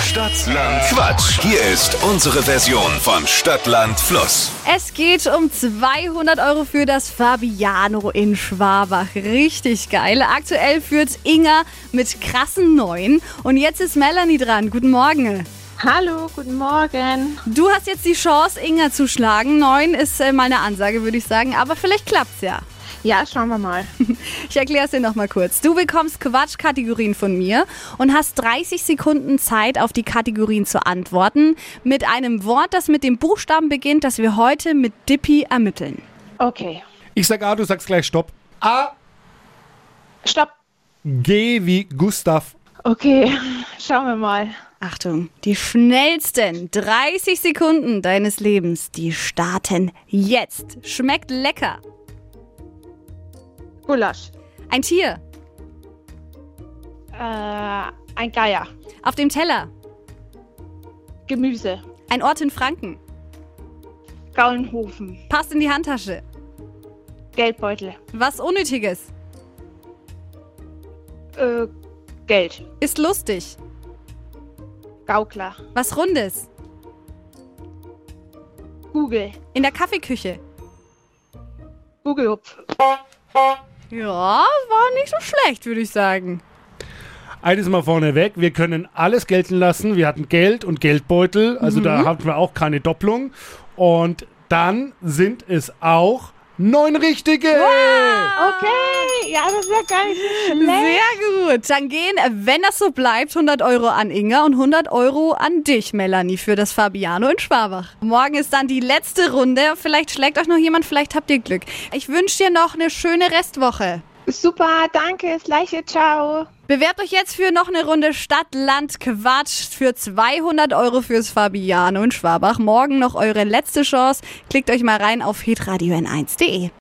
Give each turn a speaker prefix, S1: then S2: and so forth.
S1: Stadtland Quatsch. Hier ist unsere Version von Stadtland Fluss.
S2: Es geht um 200 Euro für das Fabiano in Schwabach. Richtig geil. Aktuell führt Inga mit krassen Neuen. Und jetzt ist Melanie dran. Guten Morgen.
S3: Hallo, guten Morgen.
S2: Du hast jetzt die Chance, Inga zu schlagen. Neun ist äh, meine Ansage, würde ich sagen. Aber vielleicht klappt's ja.
S3: Ja, schauen wir mal.
S2: Ich erkläre es dir nochmal kurz. Du bekommst Quatschkategorien von mir und hast 30 Sekunden Zeit, auf die Kategorien zu antworten. Mit einem Wort, das mit dem Buchstaben beginnt, das wir heute mit Dippy ermitteln.
S3: Okay.
S4: Ich sag A, du sagst gleich Stopp. A,
S3: Stopp.
S4: G wie Gustav.
S3: Okay, schauen wir mal.
S2: Achtung, die schnellsten 30 Sekunden deines Lebens, die starten jetzt. Schmeckt lecker.
S3: Gulasch.
S2: Ein Tier
S3: Äh, ein Geier.
S2: auf dem Teller.
S3: Gemüse.
S2: Ein Ort in Franken.
S3: Gaulenhofen.
S2: Passt in die Handtasche.
S3: Geldbeutel.
S2: Was Unnötiges.
S3: Äh, Geld.
S2: Ist lustig.
S3: Gaukler.
S2: Was Rundes.
S3: Google.
S2: In der Kaffeeküche.
S3: Google Hupf.
S2: Ja, war nicht so schlecht, würde ich sagen.
S4: Eines mal vorneweg, wir können alles gelten lassen. Wir hatten Geld und Geldbeutel, also da hatten wir auch keine Doppelung. Und dann sind es auch neun richtige.
S3: Okay, ja, das ist ja gar nicht so schlecht.
S2: Sehr gut. Dann gehen, äh, wenn das so bleibt, 100 Euro an Inga und 100 Euro an dich, Melanie, für das Fabiano in Schwabach. Morgen ist dann die letzte Runde. Vielleicht schlägt euch noch jemand, vielleicht habt ihr Glück. Ich wünsche dir noch eine schöne Restwoche.
S3: Super, danke, das gleiche, ciao.
S2: Bewerbt euch jetzt für noch eine Runde Stadt, Land, Quatsch für 200 Euro fürs Fabiano in Schwabach. Morgen noch eure letzte Chance. Klickt euch mal rein auf hitradio n1.de.